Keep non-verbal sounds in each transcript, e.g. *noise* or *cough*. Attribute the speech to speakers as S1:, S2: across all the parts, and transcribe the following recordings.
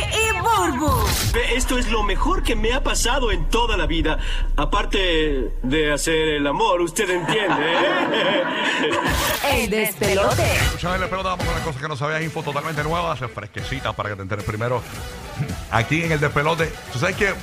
S1: y Burbu.
S2: Ve, Esto es lo mejor que me ha pasado en toda la vida. Aparte de hacer el amor, usted entiende. ¿eh?
S1: El despelote.
S3: Escúchame, le pelota, vamos con las cosas que no sabías, info totalmente nuevas, fresquecitas para que te enteres primero. *laughs* Aquí en el despelote, tú sabes que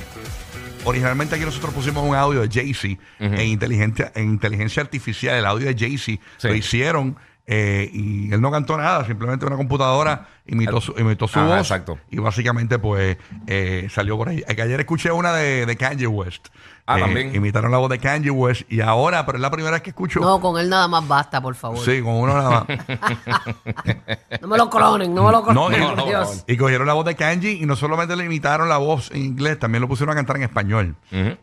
S3: originalmente aquí nosotros pusimos un audio de Jay-Z en, inteligencia, en inteligencia artificial, el audio de Jay-Z lo hicieron eh, y él no cantó nada, simplemente una computadora imitó su, imitó su
S4: Ajá,
S3: voz
S4: exacto.
S3: y básicamente pues eh, salió por ahí. Ayer escuché una de, de Kanye West. Eh,
S4: Ah, también.
S3: Imitaron la voz de Kanye West y ahora, pero es la primera vez que escucho.
S5: No, con él nada más basta, por favor.
S3: Sí, con uno nada más.
S5: *laughs* No me lo clonen, no me lo
S3: No,
S5: clonen.
S3: no,
S4: no,
S5: Dios.
S3: Y cogieron la voz de Kanji y no solamente le imitaron la voz en inglés, también lo pusieron a cantar en español.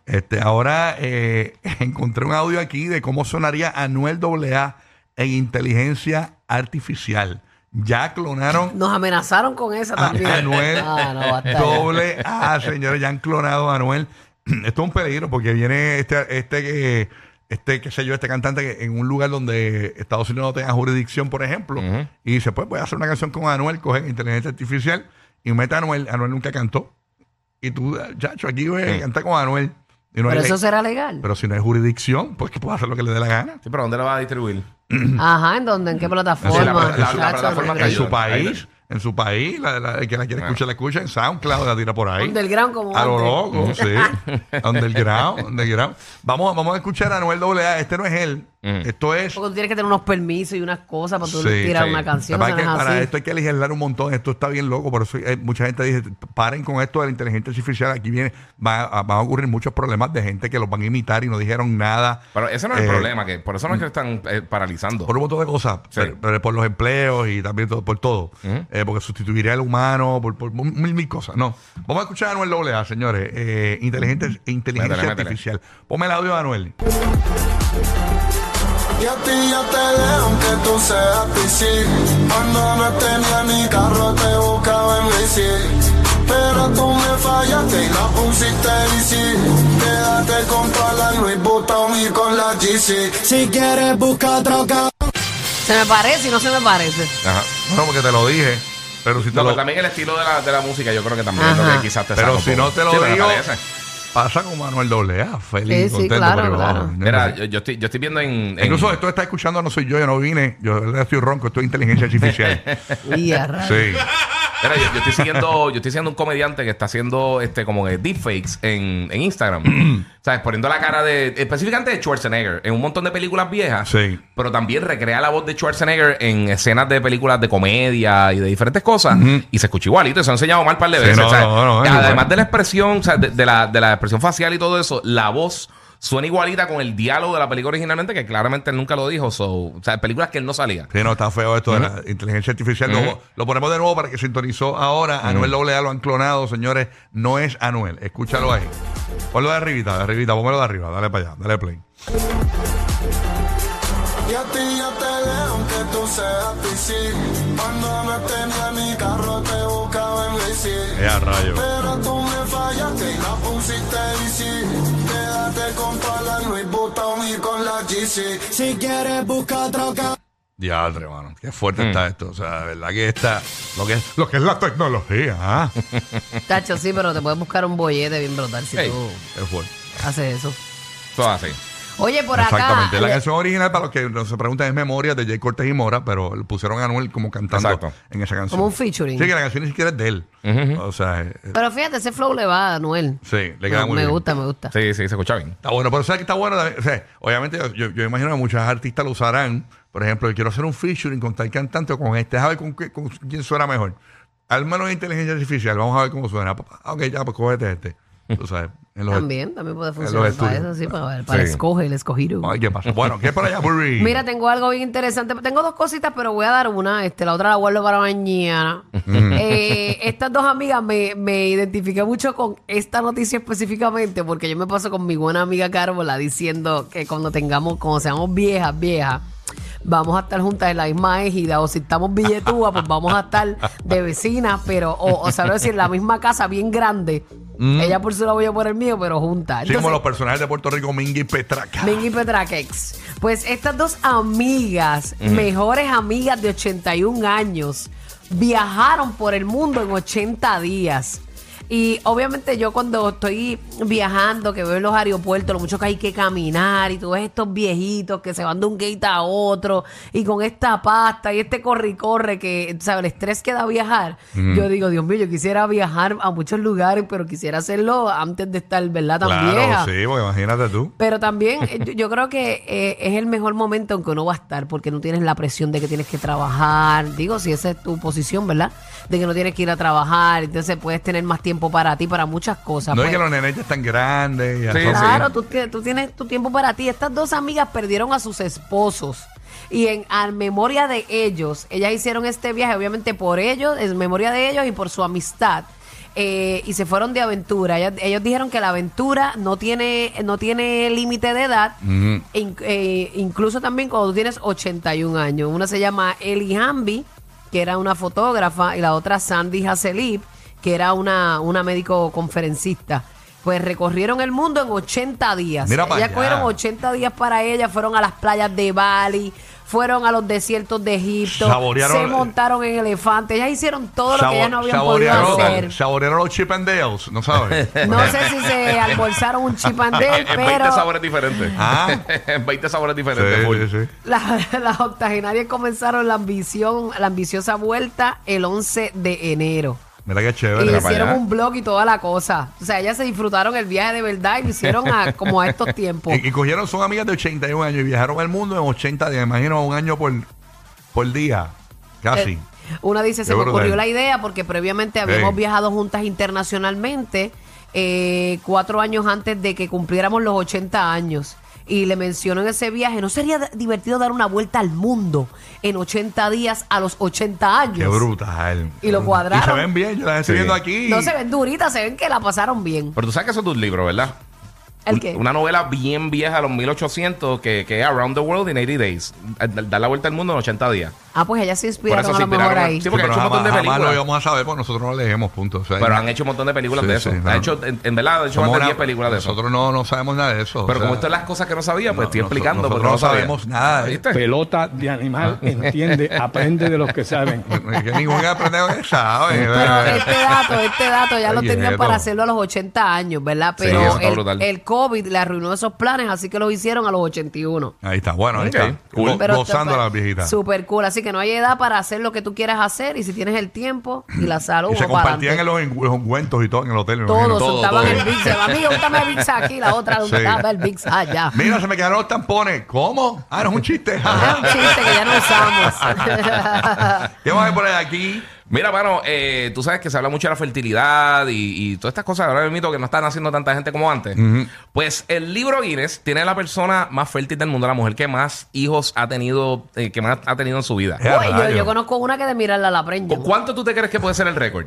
S3: este, ahora eh, *laughs* encontré un audio aquí de cómo sonaría Anuel AA en inteligencia artificial. Ya clonaron
S5: Nos amenazaron con esa
S3: a
S5: también.
S3: *laughs* Anuel
S5: Ah, no, basta ya.
S3: AA, señores, ya han clonado a Anuel. *clears throat* Esto es un peligro porque viene este, este que este, qué sé yo, este cantante que en un lugar donde Estados Unidos no tenga jurisdicción, por ejemplo, y dice, pues voy a hacer una canción con Anuel, cogen inteligencia artificial y mete a Anuel. Anuel nunca cantó. Y tú, chacho, aquí voy a cantar con Anuel. Y no hay
S5: Pero
S3: ley.
S5: eso será legal.
S3: Pero si no hay jurisdicción, pues que pueda hacer lo que le dé la gana.
S4: Sí, pero ¿dónde la vas a distribuir?
S5: Ajá, ¿en dónde? ¿En qué plataforma?
S4: Sí, la- la- la
S5: Chacho,
S4: plataforma que
S3: En
S5: regresa.
S3: su
S4: ayuda.
S3: país, en su país, la, la- el que la quiere
S4: Ah.
S3: escuchar, la escucha en SoundCloud, la tira por ahí.
S5: Underground como
S3: A lo
S5: antes.
S3: loco,
S4: *laughs*
S3: sí. Underground, underground. Vamos, vamos a escuchar a Anuel AA. Este no es él.
S4: Mm.
S3: Esto es.
S5: Porque tú tienes que tener unos permisos y unas cosas para tú
S3: sí,
S5: tirar
S3: sí.
S5: una canción.
S3: Lo que
S5: eso
S3: pasa es
S5: no
S3: que
S5: es
S3: para
S5: así.
S3: esto hay que legislar un montón. Esto está bien loco. Por eso eh, mucha gente dice: paren con esto de la inteligencia artificial. Aquí viene, va, a- van a ocurrir muchos problemas de gente que los van a imitar y no dijeron nada.
S4: Pero ese no es el
S3: Eh,
S4: problema, que por eso no es que están eh, paralizando.
S3: Por un montón de cosas,
S4: Sí.
S3: pero, pero por los empleos y también todo- por todo. Eh, porque sustituiría al humano, por, por mil, mil cosas. No. Vamos a escuchar a Anuel Doblea, señores. Eh, inteligente, inteligencia
S4: Métele, métele.
S3: artificial. Ponme el audio de Anuel.
S6: Y a ti yo te dejo aunque tú seas piscín Cuando no tenía ni carro te buscaba en bici Pero tú me fallaste y no pusiste bici Quédate con toda la Louis Vuitton y con la GC Si quieres busca otro cabrón
S5: Se me parece y no se me parece.
S3: *laughs*
S4: Ajá.
S3: No, porque te lo dije. Pero si te
S4: No, pues,
S3: lo,
S4: pero también el estilo de la, de la música, yo creo que también es lo
S5: Ajá.
S4: que quizás te
S3: pero
S4: saca un
S3: si
S4: poco.
S3: no te lo
S4: pues. Sí, pero me
S3: digo,
S4: parece.
S3: pasa con Manuel Doblea. Feliz,
S5: Sí, sí,
S3: contento.
S5: claro,
S3: pero
S5: claro.
S3: vamos.
S4: Mira, yo, yo estoy, yo estoy viendo en. en-
S3: Incluso esto está escuchando, no soy yo, yo no vine. Yo de verdad estoy ronco, esto es inteligencia artificial.
S4: *laughs*
S5: Y a rayos.
S3: sí.
S4: mira, yo, yo estoy siguiendo, yo estoy siguiendo un comediante que está haciendo este como que deepfakes en,
S3: *clears throat*
S4: en Instagram. ¿Sabes? Poniendo la cara de. Específicamente de Schwarzenegger. En un montón de películas viejas.
S3: Sí.
S4: Pero también recrea la voz de Schwarzenegger en escenas de películas de comedia y de diferentes cosas. Y se escucha igualito. Y se ha enseñado mal par de
S3: Sí,
S4: veces.
S3: no,
S4: ¿sabes?
S3: no, no, es
S4: Además
S3: igual.
S4: de la expresión, o sea, de, de la, de la expresión facial y todo eso, la voz suena igualita con el diálogo de la película originalmente, que claramente él nunca lo dijo. So, o sea, películas que él no salía.
S3: Sí, no, está feo esto de la inteligencia artificial. Lo- lo, ponemos de nuevo para que sintonizó ahora. Anuel Doblea lo han clonado, señores. No es Anuel. Escúchalo ahí. Ponlo de arribita, de arribita. Póngalo de arriba. Dale para allá. Dale play.
S6: Y a ti yo te dejo aunque tú seas piscín Cuando no tenía ni carro te buscaba en bici
S3: Ya, rayo.
S6: Pero tú me fallaste y la pusiste bici. Quédate con toda la Louis Vuitton y con la GC. Si quieres busca otro ca-
S3: Diadre, hermano. Qué fuerte está esto. O sea, de verdad que está. Lo que es, Mm. lo que es la tecnología. *laughs* ah.
S5: Chacho, sí, pero te puedes buscar un bollete bien brutal si
S4: Ey.
S5: tú
S3: Qué fuerte.
S5: haces eso.
S4: Todo así.
S5: Oye, por acá. eh,
S3: Exactamente. La canción original, para los que no se preguntan, es Memoria de Jay Cortés y Mora, pero le pusieron a Anuel como cantando
S4: Exacto.
S3: en esa canción.
S5: Como un featuring.
S3: Sí, que la canción ni siquiera es de él. O sea, eh, eh,
S5: Pero fíjate, ese flow le va a Anuel.
S3: sí, le
S5: Me-
S3: queda muy
S5: me
S3: bien.
S5: gusta, me gusta.
S4: Sí, sí, se escucha bien.
S3: Está bueno, pero ¿sabes que está bueno? también? O sea, obviamente, yo- yo, yo imagino que muchas artistas lo usarán. Por ejemplo, yo quiero hacer un featuring con tal cantante o con este, a ver con, qué- con quién suena mejor. Al menos inteligencia artificial, vamos a ver cómo suena. Ah, Ok, ya, pues cógete este. Tú sabes, En los-
S5: También, también puede funcionar
S3: los
S5: para
S3: estudios.
S5: eso, sí, para, para
S4: Sí.
S5: escoger, el escogido.
S3: Ay, ¿qué pasa? Bueno, ¿qué es por allá, Burry?
S5: *laughs* Mira, tengo algo bien interesante. Tengo dos cositas, pero voy a dar una. Este, la otra la guardo para mañana.
S3: Mm.
S5: Eh, estas dos amigas me, me identifiqué mucho con esta noticia específicamente, porque yo me paso con mi buena amiga Carola diciendo que cuando tengamos, cuando seamos viejas, viejas, vamos a estar juntas en la misma égida, o si estamos billetúas, pues vamos a estar de vecinas, pero, o, o sea, decir, en la misma casa bien grande. Ella por su lado, yo por el mío, pero
S3: Mm.
S5: juntas.
S3: Sí, como
S5: Entonces-
S3: los personajes de Puerto Rico, Mingy y Petraca.
S5: Mingy Petraquex. Pues estas dos amigas, mejores amigas de 81 años, viajaron por el mundo en 80 días. Y obviamente yo cuando estoy viajando, que veo en los aeropuertos, lo mucho que hay que caminar, y tú ves estos viejitos que se van de un gate a otro, y con esta pasta y este corre y corre, que, ¿sabes? El estrés que da viajar. Yo digo, Dios mío, yo quisiera viajar a muchos lugares, pero quisiera hacerlo antes de estar, ¿verdad? Tan
S3: claro,
S5: vieja.
S3: sí, porque imagínate tú.
S5: Pero también eh, yo, yo creo que eh, es el mejor momento en que uno va a estar porque no tienes la presión de que tienes que trabajar. Digo, si esa es tu posición, ¿verdad? De que no tienes que ir a trabajar. Entonces puedes tener más tiempo para ti, para muchas cosas.
S3: No es
S5: Pues,
S3: que los nenes ya están grandes. ya
S4: Sí,
S3: son-
S4: sí.
S5: Claro, tú, tie- tú tienes tu tiempo para ti. Estas dos amigas perdieron a sus esposos. Y en a memoria de ellos, ellas hicieron este viaje, obviamente por ellos, en memoria de ellos y por su amistad. eh, y se fueron de aventura. Ellas- ellos dijeron que la aventura no tiene, no tiene límite de edad. in- eh, incluso también cuando tú tienes 81 años. Una se llama Eli Hamby, que era una fotógrafa, y la otra Sandy Haselip, que era una, una médico conferencista. Pues recorrieron el mundo en 80 días.
S3: Mira pa'
S5: ellas
S3: allá.
S5: cogieron 80 días para ellas, fueron a las playas de Bali, fueron a los desiertos de Egipto,
S3: Saborearon-
S5: se montaron en elefantes, ellas hicieron todo lo que ellas no habían podido
S3: saborearon,
S5: hacer.
S3: saborearon los chip and dales, ¿no sabes?
S5: No sé si se almorzaron
S3: *laughs*
S5: un chipandel,
S4: Ah, En 20
S5: pero
S4: sabores diferentes.
S3: Ah.
S4: *laughs* en 20 sabores diferentes. full.
S3: sí, sí, sí.
S5: la- las octogenarias comenzaron la ambición, la ambiciosa vuelta el 11 de enero.
S3: Mira qué
S5: Y
S3: chévere.
S4: Mira pa'
S5: hicieron
S4: allá.
S5: un blog y toda la cosa. O sea, ellas se disfrutaron el viaje de verdad y lo
S3: *laughs*
S5: hicieron a- como a estos tiempos.
S3: Y, y cogieron, son amigas de 81 años y viajaron el mundo en 80 días. Imagino un año por, por día, casi.
S5: Eh, Una dice, se
S3: Qué
S5: me
S3: brutal.
S5: ocurrió la idea porque previamente habíamos
S3: Sí.
S5: viajado juntas internacionalmente eh, cuatro años antes de que cumpliéramos los 80 años. Y le mencionó en ese viaje, ¿no sería da- divertido dar una vuelta al mundo en 80 días a los 80 años?
S3: qué brutal.
S5: Y lo cuadraron.
S3: Y se ven bien, yo las estoy
S4: Sí.
S3: viendo aquí.
S5: No se ven duritas, se ven que la pasaron bien.
S4: Pero tú sabes que eso es de un libro, ¿verdad?
S5: ¿El
S4: Un-
S5: qué?
S4: Una novela bien vieja, los 1800, que, que es Around the World in 80 Days. Dar- Dar la vuelta al mundo en 80 días.
S5: Ah, pues ella se
S4: Por
S5: inspiraron
S4: eso
S5: a
S4: se
S5: lo mejor
S4: inspiraron.
S5: ahí.
S4: Sí, porque
S3: pero
S4: han hecho un
S3: jamás,
S4: montón de
S3: jamás lo
S4: películas.
S3: íbamos a saber porque nosotros no leemos, punto. O sea,
S4: Pero han hecho un montón de películas
S3: Sí,
S4: de eso.
S3: sí,
S4: han
S3: no.
S4: hecho, en, en verdad, han hecho
S3: somos
S4: más de
S3: una-
S4: 10 películas de eso.
S3: Nosotros no, no sabemos nada de eso. o
S4: Pero
S3: sea,
S4: como esto es las cosas que no sabía, pues
S3: no,
S4: estoy
S3: noso-
S4: explicando.
S3: Nosotros
S4: porque
S3: no
S4: sabía.
S3: sabemos nada
S4: *laughs*
S3: de esto.
S7: *laughs*
S4: ¿Viste?
S7: Pelota de animal,
S3: Ah.
S7: entiende, aprende de los que saben.
S3: que ningún aprendido que sabe. *laughs*
S5: Pero
S3: ¿verdad?
S5: este dato, este dato ya
S3: Ay,
S5: lo tenían
S3: quieto.
S5: para hacerlo a los 80 años, ¿verdad?
S4: Sí,
S5: Pero
S4: eso está
S5: el,
S4: brutal.
S5: el COVID le arruinó esos planes, así que los hicieron a los 81.
S3: Ahí está, bueno, ahí
S4: Ok,
S3: está.
S4: cool.
S3: Go-
S5: Pero
S3: Gozando
S5: está-
S3: las viejitas.
S5: Super cool. Así que no hay edad para hacer lo que tú quieras hacer y si tienes el tiempo y la salud.
S3: *clears throat* Y se
S5: uno para
S3: compartían en
S5: adelante.
S3: los en- los ungüentos y todo en el hotel. me imagino.
S5: Todos
S4: todo,
S5: soltaban
S4: todo.
S5: el Big. Se va, amiga, úntame el Big aquí, la otra,
S3: Sí.
S5: úntame el Big allá.
S3: *laughs* Mira, se me quedaron los tampones. ¿Cómo? Ah, no es un
S5: *laughs*
S3: chiste.
S5: Es un chiste que ya no usamos.
S3: ¿Qué vamos a ver por ahí aquí?
S4: Mira, mano, eh, tú sabes que se habla mucho de la fertilidad y, y todas estas cosas. Ahora mismo que no están haciendo tanta gente como antes. Pues el libro Guinness tiene la persona más fértil del mundo, la mujer que más hijos ha tenido, eh, que más ha tenido en su vida.
S3: *laughs* Ya,
S5: Uy, yo,
S3: rayo.
S5: yo conozco una que de mirarla la preña.
S4: ¿Cu- ¿Cuánto tú te crees que puede ser
S3: *laughs*
S4: el récord?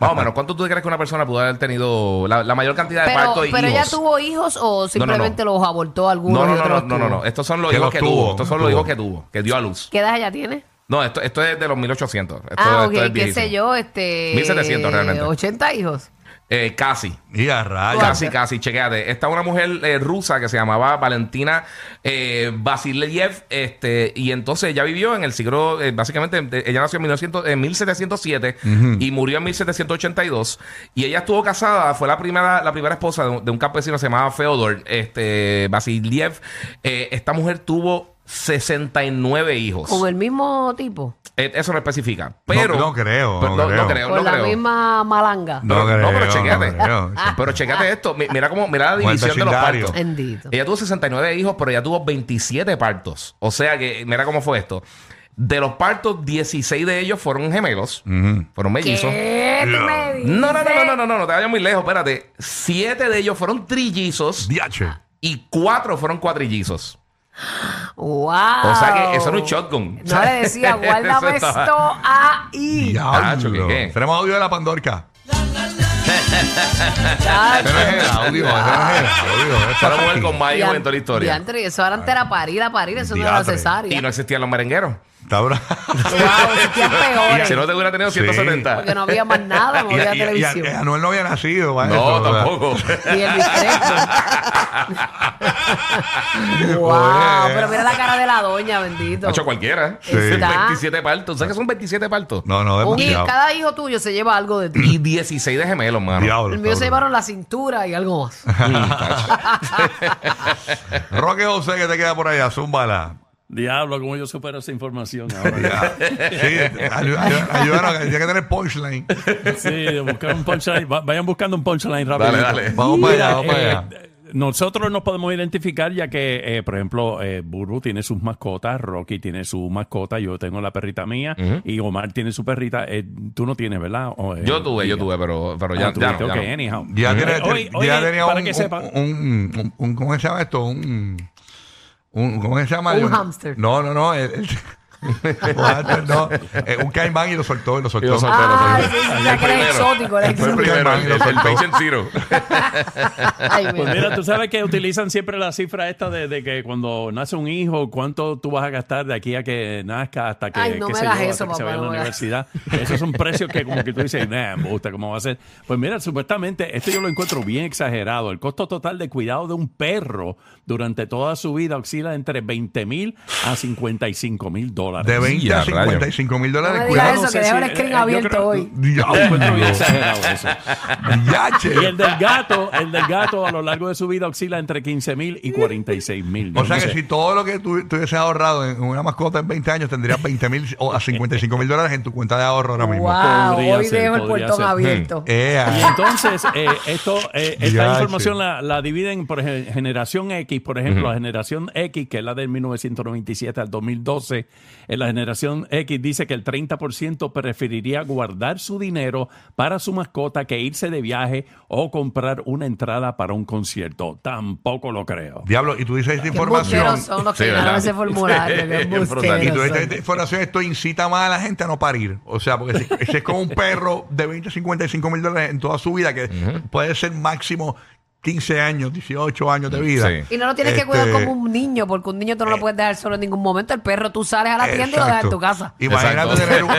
S4: Más o menos, ¿cuánto tú te crees que una persona pudo haber tenido la, la mayor cantidad de
S5: Pero,
S4: partos y
S5: pero ella
S4: hijos?
S5: tuvo hijos o simplemente los abortó algunos.
S4: no,
S5: y
S4: no, no,
S5: otros
S4: no,
S5: los
S4: no, no,
S5: tuvo?
S4: no. Estos son los
S3: Que
S4: hijos
S3: los
S4: que
S3: tuvo,
S4: tuvo, Estos son
S3: tuvo.
S4: los hijos que tuvo, que dio a luz.
S5: ¿Qué edad ella tiene?
S4: No, esto, esto es de los 1800. Esto,
S5: Ah,
S4: esto es
S5: ok, qué
S4: viejísimo.
S5: sé yo, este...
S4: 1700 realmente.
S5: 80 hijos.
S4: Eh, casi.
S3: Y a rayos.
S4: Casi, casi, chequéate. Esta es una mujer eh, rusa que se llamaba Valentina eh, Vasilyev, este, y entonces ella vivió en el siglo, eh, básicamente, de- ella nació en, 1900, en 1707 y murió en 1782, y ella estuvo casada, fue la primera, la primera esposa de un, de un campesino que se llamaba Feodor este, Vasilyev. Eh, esta mujer tuvo 69 hijos.
S5: Con el mismo tipo.
S4: Eh, Eso no especifica, pero...
S3: no creo,
S4: pero
S3: no creo.
S4: creo,
S5: con
S4: Eh, no
S5: la
S4: creo.
S5: misma malanga.
S3: No
S4: pero- no, pero
S3: creo,
S4: chequéate.
S3: no creo.
S4: Pero checate esto, mi- mira cómo, mira la
S3: Cuánto
S4: división de los
S3: vecindario.
S4: partos.
S5: Bendito.
S4: Ella tuvo 69 hijos, pero ella tuvo 27 partos. O sea que, mira cómo fue esto. De los partos, 16 de ellos fueron gemelos, fueron mellizos.
S5: ¿Qué?
S1: Siete y medio.
S4: No, no, no, no, no, no, no, no te vayas muy lejos, espérate. Siete de ellos fueron trillizos
S3: Diache.
S4: y cuatro fueron cuatrillizos.
S5: ¡Wow!
S4: O sea que eso era un shotgun. O
S5: No
S4: sea,
S5: le
S4: *laughs*
S5: decía,
S4: eso
S5: guárdame
S4: estaba-
S5: esto
S4: *laughs*
S5: ahí.
S3: Diablo.
S4: Tacho, ¿qué, qué?
S3: Tenemos audio de la Pandorca.
S5: Chacho.
S3: Ese no es el audio, ese no es el audio.
S4: Para mujer con más hijos en toda la historia.
S5: Diantre, eso eran teraparida, parir, eso no era
S3: Diantre.
S4: Y
S5: cesárea.
S4: no existían los merengueros.
S3: Está *laughs* bravo.
S5: Wow,
S4: *laughs*
S5: existían peores.
S4: Si no te hubiera tenido
S3: Sí.
S4: 170.
S5: Porque no había
S4: *laughs*
S5: más nada, no
S3: Y,
S5: había
S3: y- y-
S5: televisión.
S3: y Anuel no había nacido. va, eso,
S4: No,
S3: o sea.
S4: tampoco.
S5: Y
S4: *laughs*
S5: el
S3: *laughs*
S5: bistec. wow, pero mira la cara de la doña, bendito.
S4: Ocho cualquiera.
S5: Sí. Está.
S4: 27 partos. ¿Sabes que son 27 partos?
S3: No, no,
S5: Un- y
S3: demasiado.
S5: cada hijo tuyo se lleva algo de ti.
S4: Y 16 de gemelos, mano.
S3: Diablo.
S5: El mío se
S3: cabrón.
S5: llevaron la cintura y
S3: *laughs*
S5: algo más.
S3: Roque José, que te queda por allá, zúmbala.
S8: Diablo, cómo yo supero esa información
S3: *laughs*
S8: ahora.
S3: Ya. Sí, ayú- ayú- ayúdanos, que tiene que tener punchline.
S8: sí, buscar un punchline. Va- Vayan buscando un punchline rápido.
S4: Dale, dale.
S3: Vamos para allá, vamos para
S8: Mira,
S3: allá.
S8: eh, Nosotros nos podemos identificar ya que, eh, por ejemplo, eh, Burbu tiene sus mascotas, Rocky tiene su mascota, yo tengo la perrita mía y Omar tiene su perrita. Eh, tú no tienes, ¿verdad? O, eh,
S4: Yo tuve, yo
S8: diga.
S4: tuve, pero, pero
S8: Ah,
S4: ya, ya,
S8: tuviste,
S4: no, ya
S8: ok,
S4: no.
S8: anyhow.
S3: Ya,
S8: Eh,
S3: tiene,
S8: oye,
S3: ya
S8: oye,
S3: tenía
S8: para
S3: un,
S8: que
S3: un-
S8: sepa.
S3: un- un- un- ¿Cómo se llama esto? Un, un- ¿Cómo se llama?
S5: Un
S3: Yo-
S5: hámster.
S3: No, no, no. el- *laughs* el- un hámster, no, eh, un caimán y lo soltó, y lo soltó.
S4: Y lo soltó.
S5: Ah,
S4: Ay,
S5: sí, sí,
S4: el
S5: ya que eres
S4: primero.
S5: exótico, eres
S3: Fue el
S5: exótico.
S3: primero,
S4: el, el, el Patient Zero.
S5: *laughs* Ay, mira.
S8: Pues mira, tú sabes que utilizan siempre la cifra esta de, de que cuando nace un hijo, cuánto tú vas a gastar de aquí a que nazca hasta que,
S5: Ay, no
S8: qué
S5: me
S8: sé
S5: hagas
S8: yo,
S5: eso,
S8: hasta que
S5: papá,
S8: se vaya a
S5: no
S8: la
S5: me hagas.
S8: universidad. Esos son precios que como que tú dices, nah, me gusta cómo va a ser. Pues mira, supuestamente, esto yo lo encuentro bien exagerado. El costo total de cuidado de un perro durante toda su vida oscila entre 20 mil a 55 mil dólares.
S3: De 20 a
S4: Ya, rayos.
S3: 55 mil
S5: No
S3: dólares.
S5: me digas
S3: Cuidado.
S5: eso, que
S8: no sé
S5: dejo el
S8: si- eh,
S5: screen
S8: yo
S5: abierto
S8: creo-
S5: hoy.
S8: Yo lo encuentro bien
S3: Diablo.
S8: exagerado eso.
S3: Yache.
S8: Y el del gato, el del gato a lo largo de su vida oscila entre 15 mil y 46 mil.
S3: O sea que si todo lo que tú tuviese ahorrado en una mascota en 20 años, tendrías 20 mil o a 55 mil dólares en tu cuenta de ahorro ahora mismo. ah.
S5: Wow,
S8: Podría
S5: hoy
S8: ser,
S5: dejo el
S8: podría
S5: portón
S8: ser.
S5: abierto.
S3: Ea.
S8: Y entonces, eh, esto, eh, esta
S3: Ya,
S8: información
S3: sí.
S8: la, la dividen por gen- generación X, por ejemplo, la generación X, que es la del 1997 al 2012, en eh, la generación X dice que el 30% preferiría guardar su dinero para su mascota que irse de viaje o comprar una entrada para un concierto. Tampoco lo creo.
S3: Diablo, y tú dices esta
S5: Qué
S3: información.
S5: embusteros son los que
S4: Sí,
S5: llenaron
S4: ¿verdad?
S5: ese formulario. qué
S4: Bien brutal.
S5: embusteros
S3: Y tú
S5: son.
S3: esta, esta información, esto incita más a la gente a no parir. O sea, porque si, si es como un perro de 20 a 55 mil dólares en toda su vida, que puede ser máximo 15 años, 18 años de vida.
S4: Sí.
S5: Y no lo tienes que cuidar
S3: Este- Eh.
S5: como un niño, porque un niño tú no lo puedes dejar solo en ningún momento. El perro tú sales a la tienda y lo dejas en
S3: Exacto.
S5: tu casa.
S3: Imagínate
S4: Exacto.
S3: tener,
S4: *laughs*
S3: un,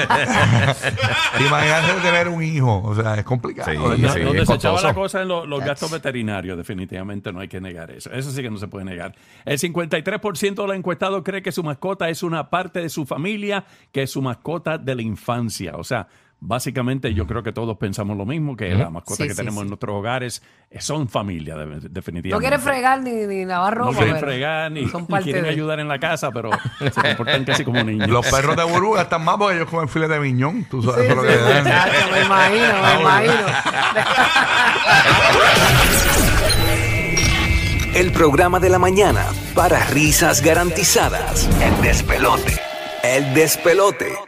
S3: imagínate tener un hijo. O sea, es complicado.
S4: Sí,
S3: ¿verdad?
S8: No,
S4: sí,
S8: donde se
S4: costoso.
S8: echaba la cosa en lo- los gastos veterinarios, definitivamente no hay que negar eso. Eso sí que no se puede negar. El 53% de los encuestados cree que su mascota es una parte de su familia, que es su mascota de la infancia. O sea, básicamente yo creo que todos pensamos lo mismo, que la mascota
S5: Sí,
S8: que
S5: sí,
S8: tenemos
S5: sí.
S8: en nuestros hogares eh, son familia, de- definitivamente.
S5: No quieres fregar ni, ni lavar ropa.
S8: No quieren
S5: pero
S8: fregar ni,
S5: son
S8: ni
S5: parte
S8: quieren
S5: de-
S8: ayudar en la casa,
S5: *laughs*
S8: pero se comportan casi como niños.
S3: Los perros de burbuja están más porque ellos comen filet de miñón. Tú sabes
S5: Sí,
S3: eso es lo
S5: sí,
S3: que le dan.
S5: exacto, me
S3: *laughs*
S5: imagino, me imagino.
S9: El programa de la mañana para risas garantizadas. El despelote. El despelote.